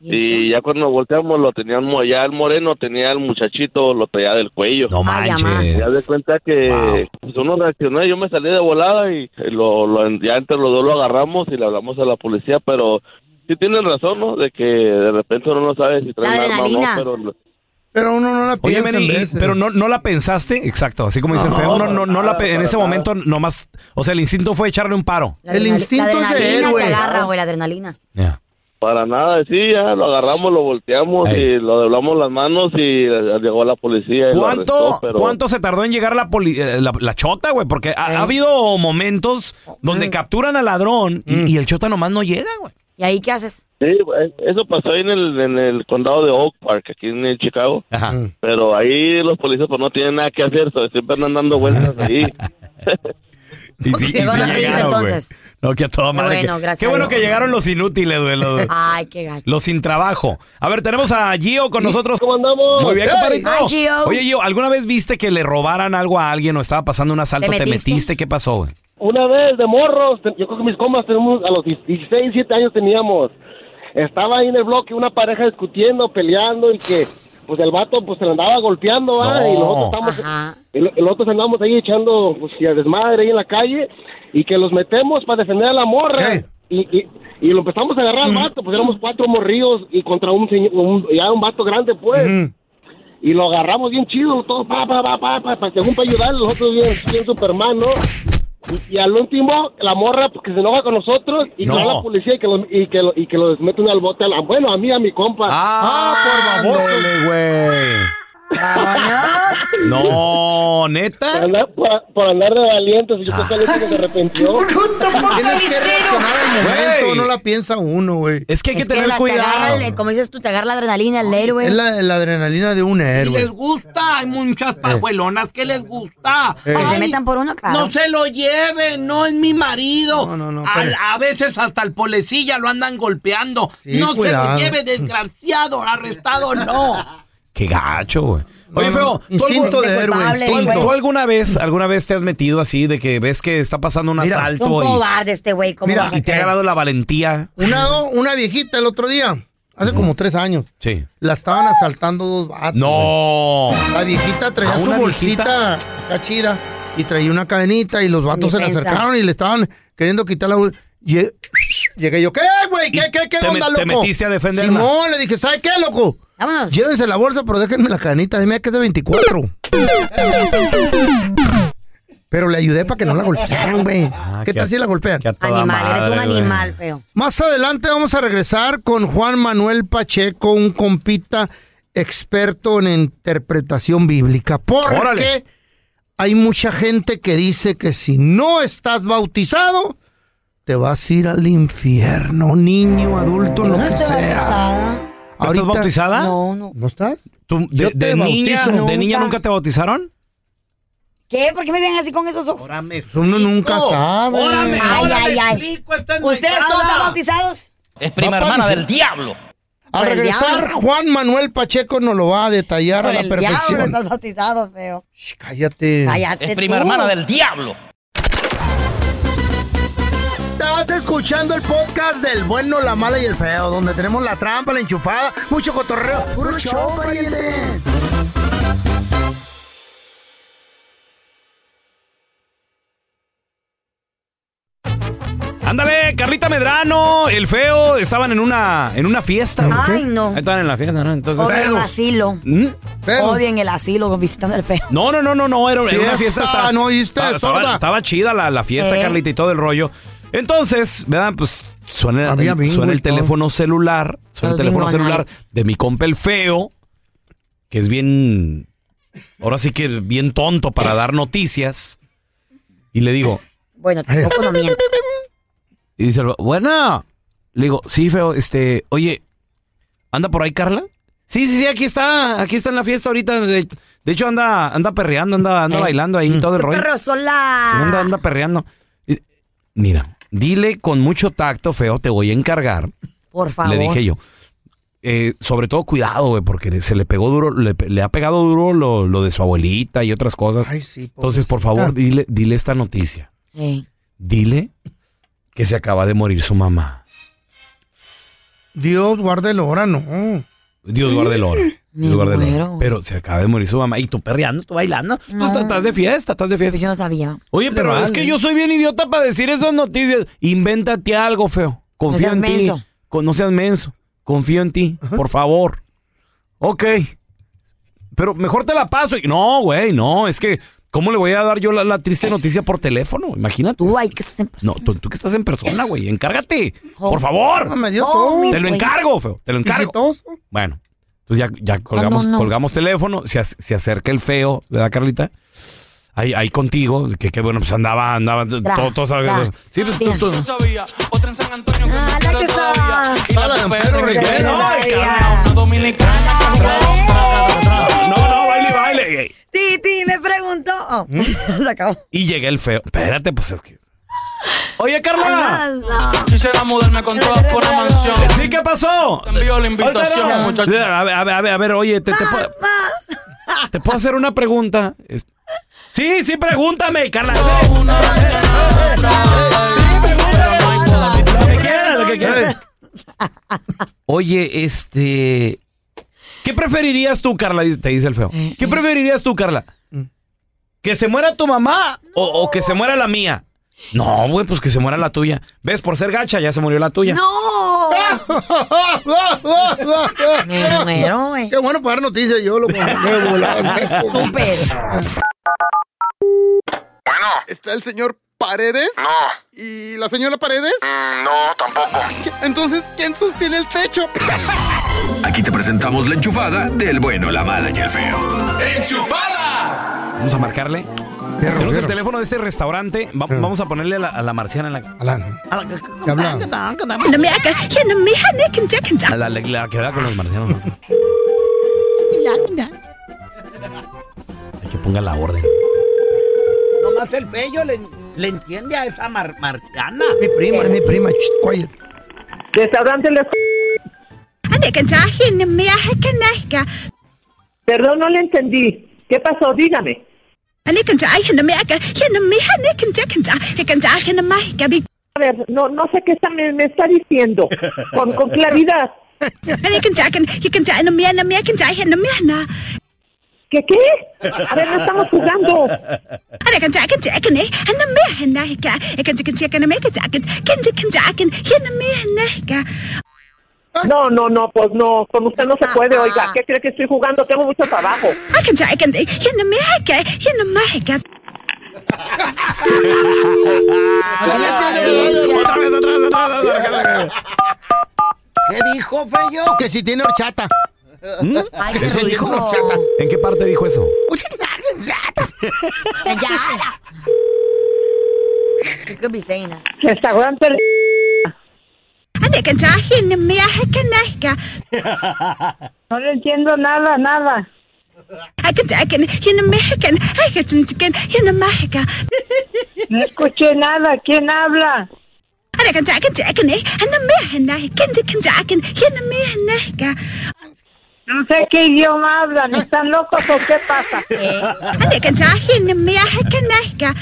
Y ya cuando volteamos lo teníamos allá el moreno, tenía el muchachito, lo traía del cuello. No manches. Ya de cuenta que pues, uno reaccionó, y yo me salí de volada y lo, lo- ya entre los dos lo agarramos y le hablamos a la policía, pero sí tienen razón, ¿no? De que de repente uno no sabe si trae un arma o no, adrenalina. pero lo- Pero uno no la Oye, piensa Meni, en y- veces. pero no, no la pensaste, exacto, así como dice el No, feo, no, no, no la para pe- en nada, ese para momento nomás, o sea, el instinto fue echarle un paro. La adrenali- la adrenalina te agarra, güey, la adrenalina. Para nada, sí, ya lo agarramos, lo volteamos y lo doblamos las manos y llegó la policía. Y lo ¿Cuánto, arrestó, pero- ¿Cuánto se tardó en llegar la, poli- eh, la, la chota, güey? Porque Eh. ha, ha habido momentos Mm. donde capturan al ladrón Mm. y, y el chota nomás no llega, güey. ¿Y ahí qué haces? Sí, güey, eso pasó ahí en el, en el condado de Oak Park, aquí en el Chicago. Pero ahí los policías pues no tienen nada que hacer, so- siempre andan dando vueltas ahí. Y sí, y Llegó sí la reina, llegaron, güey. entonces. No, que a toda madre. bueno, que- gracias qué a bueno Dios. Ah, que llegaron los inútiles, güey. Los, Ay, qué gacho. los sin trabajo. A ver, tenemos a Gio con nosotros. ¿Cómo andamos? Muy bien, Hey. compadrito. Ay, Gio. Oye, Gio, ¿alguna vez viste que le robaran algo a alguien o estaba pasando un asalto? ¿Te ¿Te metiste? metiste? ¿Qué pasó, güey? Una vez de morros, te- yo creo que mis comas tenemos a los 16, 17 años teníamos. Estaba ahí en el bloque una pareja discutiendo, peleando y que pues el vato pues se le andaba golpeando, ¿va? y nosotros estamos y lo- y nosotros andamos ahí echando pues y a desmadre ahí en la calle y que los metemos para defender a la morra. Y, y, y lo empezamos a Mm. agarrar al vato, pues éramos cuatro morrillos y contra un señor, un, ya un vato grande pues. Y lo agarramos bien chido, todo pa, pa, pa, pa, pa, pa según para ayudar, nosotros bien, bien Superman, ¿no? Y, y al último, la morra pues, que se enoja con nosotros y No. que va la policía y que los, y que lo- y que los meten al bote, a la- bueno, a mí, a mi compa. ¡Ah, por Ándale, güey. No, neta. Por andar, por, por andar de valientes, yo creo que Ah. alguien que se arrepintió. Tienes que reaccionar al momento, Güey. no la piensa uno, güey. Es que hay Es la- te agarra el- como dices tú, te agarra la adrenalina, el héroe. Es la, la adrenalina de un héroe. gusta, hay muchas pajuelonas que les gusta. Eh. Que se Ay, metan por uno, claro. No se lo lleven, no es mi marido. Al- a, veces hasta el policía lo andan golpeando. Sí, no se cuidado. lo lleve, desgraciado, arrestado, no. Qué gacho, güey. Oye, No, feo, no, instinto de héroe, instinto. ¿tú alguna vez, alguna vez te has metido así de que ves que está pasando un Mira, asalto Un y- cobarde este güey. ¿cómo Mira, vas a y te ha creer? ganado la valentía? Una, una viejita el otro día, hace como tres años, Sí. la estaban asaltando dos vatos. No. La viejita ¿A traía su una bolsita acá chida y traía una cadenita y los vatos se le Indefensa. acercaron y le estaban queriendo quitar la bol- Lle- Llegué yo, ¿qué, güey? ¿Qué, qué, qué te onda, met- loco? te metiste a defenderla. Simón, le dije, ¿sabe qué, loco? Llévense la bolsa, pero déjenme la cadenita, dime que es de 24. Pero le ayudé para que no la golpearan, güey. ¿Qué Ah, que tal a- si la golpean? Animal, eres un animal, feo. Más adelante vamos a regresar con Juan Manuel Pacheco, un compita experto en interpretación bíblica. Porque Órale. hay mucha gente que dice que si no estás bautizado, te vas a ir al infierno, niño, adulto, lo que sea. ¿No ¿Estás bautizada? No, no. ¿No estás? ¿Tú, Yo de, te de niña, bautizo. ¿De niña nunca te bautizaron? ¿Qué? ¿Por qué me ven así con esos ojos? Uno nunca sabe. Ay, ay, ay. ¿Ustedes todos están bautizados? Es prima hermana del diablo. Al Por el regresar, diablo. Juan Manuel Pacheco nos lo va a detallar Por a el la perfección. diablo están bautizados, feo. Cállate. Cállate Es prima tú. hermana del diablo. Estás escuchando el podcast del bueno, la mala y el feo, donde tenemos la trampa, la enchufada, mucho cotorreo. ¡Puro show, pariente! Ándale, Carlita Medrano, el feo, estaban en una, en una fiesta. güey. Ay, no. Ahí Estaban en la fiesta, ¿no? Pues Entonces. Obvio en el asilo. ¿Mm? Obvio en el asilo, visitando el feo. No, no, no, no, no, era, era una Fiesta, fiesta. estaba- ¿no oíste, Estaba, estaba- sorda? estaba chida la, la fiesta, Eh. Carlita, y todo el rollo. Entonces, ¿verdad? Pues suena, Había bingo suena y el todo. teléfono celular. Suena el El bingo teléfono celular night. de mi compa el feo, que es bien. Ahora sí que bien tonto para dar noticias. Y le digo, Bueno, tampoco no miento. y dice, el va- bueno. Le digo, sí, feo, este, oye, ¿anda por ahí Carla? Sí, sí, sí, aquí está, aquí está en la fiesta ahorita. De, de hecho, anda, anda perreando, anda, anda Eh. bailando ahí todo el rollo. Perro Sí, sola. anda, anda perreando. Y- Mira, dile con mucho tacto, feo, te voy a encargar. Por favor. Le dije yo. Eh, sobre todo cuidado, güey, porque se le pegó duro, le, pe- le ha pegado duro lo, lo de su abuelita y otras cosas. Entonces, por favor, dile, dile esta noticia. Ey. Dile que se acaba de morir su mamá. Dios guarde el hora, no. Dios guarde el oro. Me Dios guarde el oro. muero. Pero se acaba de morir su mamá. Y tú perreando, tú bailando. Tú No. estás de fiesta, estás de fiesta. Pues Yo no sabía. Oye, pero Le es vale. que yo soy bien idiota para decir esas noticias. Invéntate algo, feo. Confío No seas en ti. menso. Con- No seas menso. Confío en ti, por favor. Ok. Pero mejor te la paso. Y- No, güey, no. Es que, ¿cómo le voy a dar yo la, la triste noticia por teléfono? Imagínate. Tú, ay, que estás en Oh. No, tú, tú que estás en persona, güey. Encárgate. Por favor. No, me dio todo. Te lo encargo, feo. Te lo encargo. Exitoso. Bueno, entonces ya, ya colgamos, no. colgamos teléfono, se, ac- se acerca el feo, ¿verdad, Carlita? Ahí, ahí contigo, que, que bueno, pues andaba, andaba, todo, todo sabe- tra. Sí, pues, tú, tú- No, no, baile, baile. Ey, Titi me preguntó. Oh, se acabó. Y llega el feo. Espérate, pues es que. Oye, Carla. Quisiera mudarme con todas por una mansión. ¿Sí qué pasó? Te envío la Ahorita invitación, no. muchachos. A ver, a ver, a ver, a ver, oye, te, te puedo, te puedo hacer una pregunta. Es- Sí, sí, pregúntame, Carla. Lo que quieras, lo que quieras. Oye, este. ¿Qué preferirías tú, Carla? Dice- Te dice el feo. ¿Qué preferirías tú, Carla? ¿Que se muera tu mamá o, o que se muera la mía? No, güey, pues que se muera la tuya. ¿Ves? Por ser gacha ya se murió la tuya. ¡No! Me muero, Qué bueno para dar noticias, yo lo me volaba el sexo. Bueno. ¿Está el señor Paredes? No. ¿Y la señora Paredes? no, tampoco. Entonces, ¿quién sostiene el techo? Aquí te presentamos la enchufada del bueno, la mala y el feo. Vamos a marcarle. Tenemos el teléfono de ese restaurante. Va- vamos a ponerle a la, a la marciana en la. A la. A la, ¿Qué habla? la- la que habla con los marcianos. no sé. Hay que ponga la orden. Nomás el bello le, le entiende a esa mar- marciana. Mi prima, mi prima, shh, quiet. Restaurante Les... Perdón, no le entendí. ¿Qué pasó? Dígame. A ver, no, no sé qué está, me, me está diciendo. Con, con claridad. ¿Qué qué? A ver, no estamos jugando. eh, No, no, no, pues no, con usted no se puede, oiga. ¿Qué cree que estoy jugando? Tengo mucho trabajo. eh, Otra vez, otra vez, otra vez, otra vez. ¿Qué dijo, Feyo? Que si tiene horchata. ¿Mm? Que si tiene horchata. ¿En qué parte dijo eso? Ya. It could be saying that. Restaurante Les- No le entiendo nada, nada. I can, I can, in American, I can, can, in America. No escuché nada, ¿quién habla? I can, I can, I can, in America, I can, can, I can, in America. No sé qué idioma hablan, ¿están locos o qué pasa? I can, in America, America.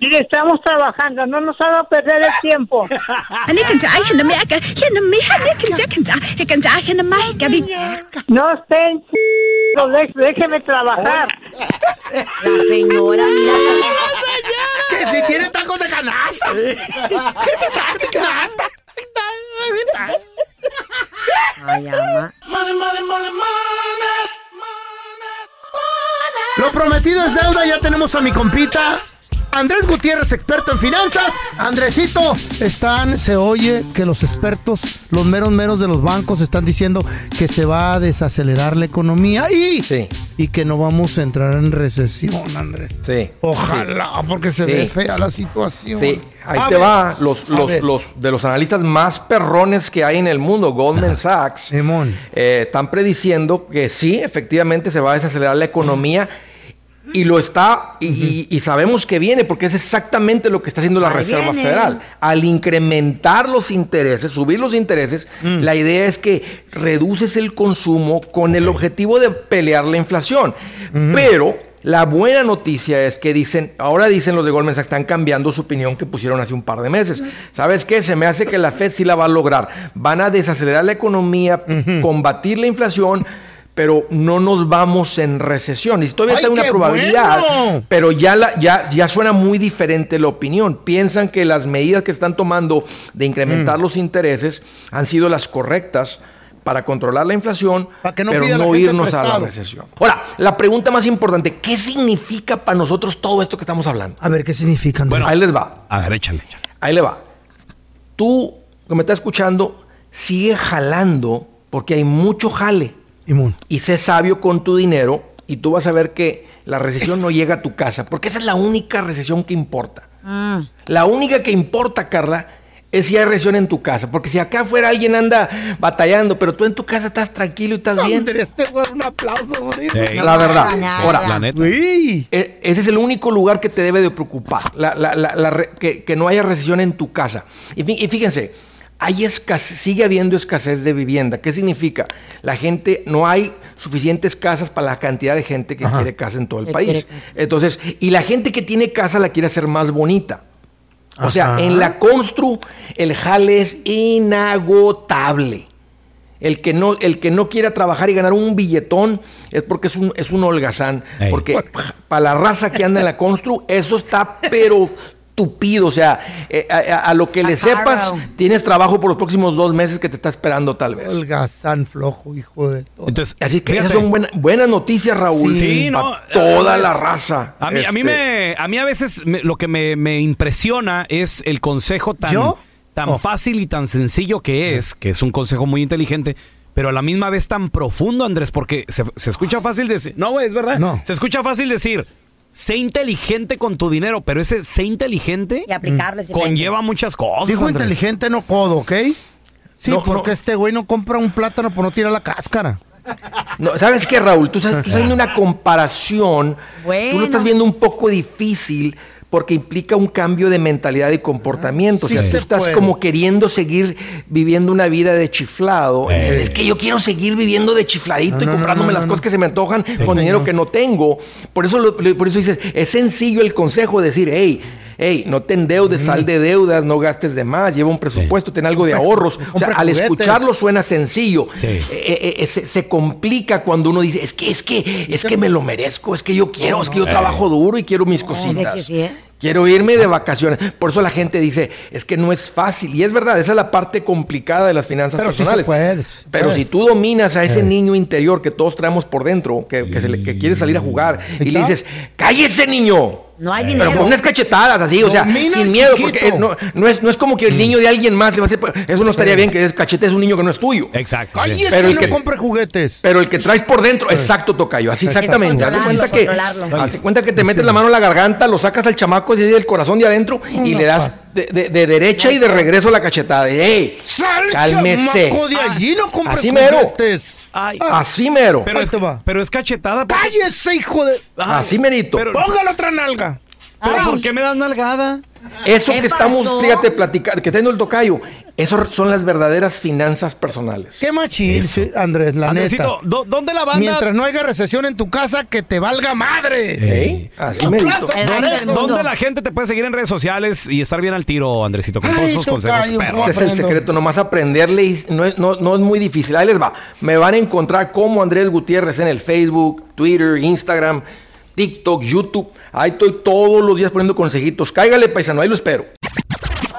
Mire, estamos trabajando, no nos haga perder el tiempo. I can, I can, America, in America, I can, I can, I can, I can, America. No estén, ch- déjeme trabajar. La señora, mira. Que si tiene tacos de canasta. ¿Qué de canasta? Ay, ama. Lo prometido es deuda, ya tenemos a mi compita. Andrés Gutiérrez, experto en finanzas. Andresito, están, se oye que los expertos, los meros meros de los bancos, están diciendo que se va a desacelerar la economía y, y que no vamos a entrar en recesión, Andrés. Sí. Ojalá, porque se Sí. ve fea la situación. Sí, ahí A te ver, va. Los, a los, ver. los de los analistas más perrones que hay en el mundo, Goldman Sachs, eh, están prediciendo que sí, efectivamente se va a desacelerar la economía. Y lo está, y, y- y sabemos que viene, porque es exactamente lo que está haciendo la Reserva viene. Federal. Al incrementar los intereses, subir los intereses, la idea es que reduces el consumo con el objetivo de pelear la inflación. Pero la buena noticia es que dicen, ahora dicen los de Goldman Sachs, están cambiando su opinión que pusieron hace un par de meses. ¿Sabes qué? Se me hace que la Fed sí la va a lograr. Van a desacelerar la economía, combatir la inflación, pero no nos vamos en recesión. Y todavía ¡Ay, está una qué probabilidad, bueno! pero ya, la- ya, ya suena muy diferente la opinión. Piensan que las medidas que están tomando de Mm. incrementar los intereses han sido las correctas para controlar la inflación, no pero pida la no gente irnos a prestado. la recesión. Ahora, la pregunta más importante, ¿qué significa para nosotros todo esto que estamos hablando? A ver, ¿qué significa? Andrés? Ahí les va. A ver, échale. Ahí le va. Tú, que me estás escuchando, sigue jalando porque hay mucho jale. Y sé sabio con tu dinero y tú vas a ver que la recesión no llega a tu casa, porque esa es la única recesión que importa. La única que importa, Carla, es si hay recesión en tu casa, porque si acá afuera alguien anda batallando, pero tú en tu casa estás tranquilo y estás bien. Andrés, te voy a dar este un aplauso. bonito. La verdad. Ahora, Uy. e- ese es el único lugar que te debe de preocupar, la- la- la- la re- que, que no haya recesión en tu casa. Y, fí- y fíjense, hay escasez, sigue habiendo escasez de vivienda. ¿Qué significa? La gente, no hay suficientes casas para la cantidad de gente que quiere casa en todo el Que país. quiere casa. Entonces, y la gente que tiene casa la quiere hacer más bonita. O sea, Ajá. en la constru el jale es inagotable. El que, no, el que no quiera trabajar y ganar un billetón es porque es un, es un holgazán. Porque para la raza que anda en la constru, eso está pero tupido. O sea, eh, a, a- a lo que le sepas, tienes trabajo por los próximos dos meses que te está esperando tal vez. Holgazán flojo, hijo de todo. Entonces, Así que esas fíjate. son buena- buenas noticias, Raúl. Sí, no, para toda es- la raza. A mí, a mí Este, me, a mí a veces me- lo que me, me impresiona es el consejo tan, ¿Yo? tan Oh. fácil y tan sencillo que es, que es un consejo muy inteligente, pero a la misma vez tan profundo, Andrés, porque se, se escucha fácil decir, no, güey, es verdad, se escucha fácil decir, sé inteligente con tu dinero, pero ese sé inteligente Y aplicarlo es diferente. conlleva muchas cosas. Dijo Andrés. inteligente, no codo, ¿ok? Sí, No, porque este güey no compra un plátano por no tirar la cáscara. No, ¿Sabes qué, Raúl? Tú estás, tú estás viendo una comparación. Tú lo estás viendo un poco difícil porque implica un cambio de mentalidad y comportamiento. Sí o sea, tú se estás puede. como queriendo seguir viviendo una vida de chiflado. Es que yo quiero seguir viviendo de chifladito No, y no, no, comprándome no, las no, cosas que se me antojan con Sí, dinero no. que no tengo. Por eso, lo- lo- por eso dices, es sencillo el consejo de decir, hey, hey, no te endeudes, sal de deudas, no gastes de más, lleva un presupuesto, ten algo de Compra- ahorros. O sea, compra al juguetes. escucharlo suena sencillo Sí. eh, eh, eh, se, se complica cuando uno dice, es que, es que, es que me lo merezco, es que yo quiero, es que yo no. trabajo duro y quiero mis que cositas. sí, ¿eh? Quiero irme de vacaciones. Por eso la gente dice, es que no es fácil. Y es verdad, esa es la parte complicada de las finanzas Pero sí se personales. puede. sí se Pero puede. si tú dominas a ese niño interior que todos traemos por dentro, que, que se le- que quiere salir a jugar, y le dices, cállese niño. No hay Pero dinero. con unas cachetadas así, o sea, Domina al sin miedo, chiquito. porque eh, no, no es, no es como que el niño de alguien más le va a decir, "Pues, eso no estaría bien, que es cachete es un niño que no es tuyo. Exacto. Cállese, no compre juguetes. Pero el que traes por dentro, exacto, tocayo, así Exacto. exactamente. Haz de cuenta que, Controlarlo, controlarlo. haz de cuenta que te metes la mano en la garganta, lo sacas al chamaco y del corazón de adentro y Una le das de, de- de derecha y de regreso la cachetada. de, ¡Ey! ¡Sal, ¡Cálmese! chamaco, de allí! ¡No compres Así mero. juguetes! Ay. Así mero. Pero es- Pero es cachetada. porque- ¡Cállese, hijo de...! Así merito. ¡Póngale otra nalga! ¿Pero por qué me das nalgada? Eso ¿Qué que estamos, pasó? fíjate, platicando, que está en el tocayo, eso son las verdaderas finanzas personales. ¡Qué machín, sí, Andrés, la Andresito, neta! ¿dónde la banda- Mientras no haya recesión en tu casa, que te valga madre. ¿Eh? Así Un me aplauso dijo. por ¿Dónde, eso. dónde la gente te puede seguir en redes sociales y estar bien al tiro, Andresito? Con todos Ay, esos consejos. tocayo, perros? Ese es el secreto, nomás aprenderle y no es, no, no es muy difícil. Ahí les va. Me van a encontrar como Andrés Gutiérrez en el Facebook, Twitter, Instagram, TikTok, YouTube. Ahí estoy todos los días poniendo consejitos. Cáigale, paisano, ahí lo espero.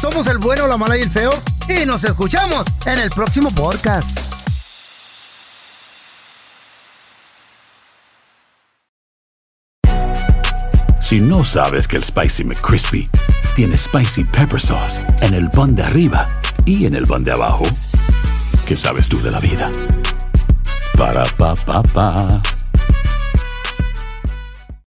Somos el bueno, la mala y el feo. Y nos escuchamos en el próximo podcast. Si no sabes que el Spicy McCrispy tiene Spicy Pepper Sauce en el pan de arriba y en el pan de abajo, ¿qué sabes tú de la vida? Para, pa, pa, pa.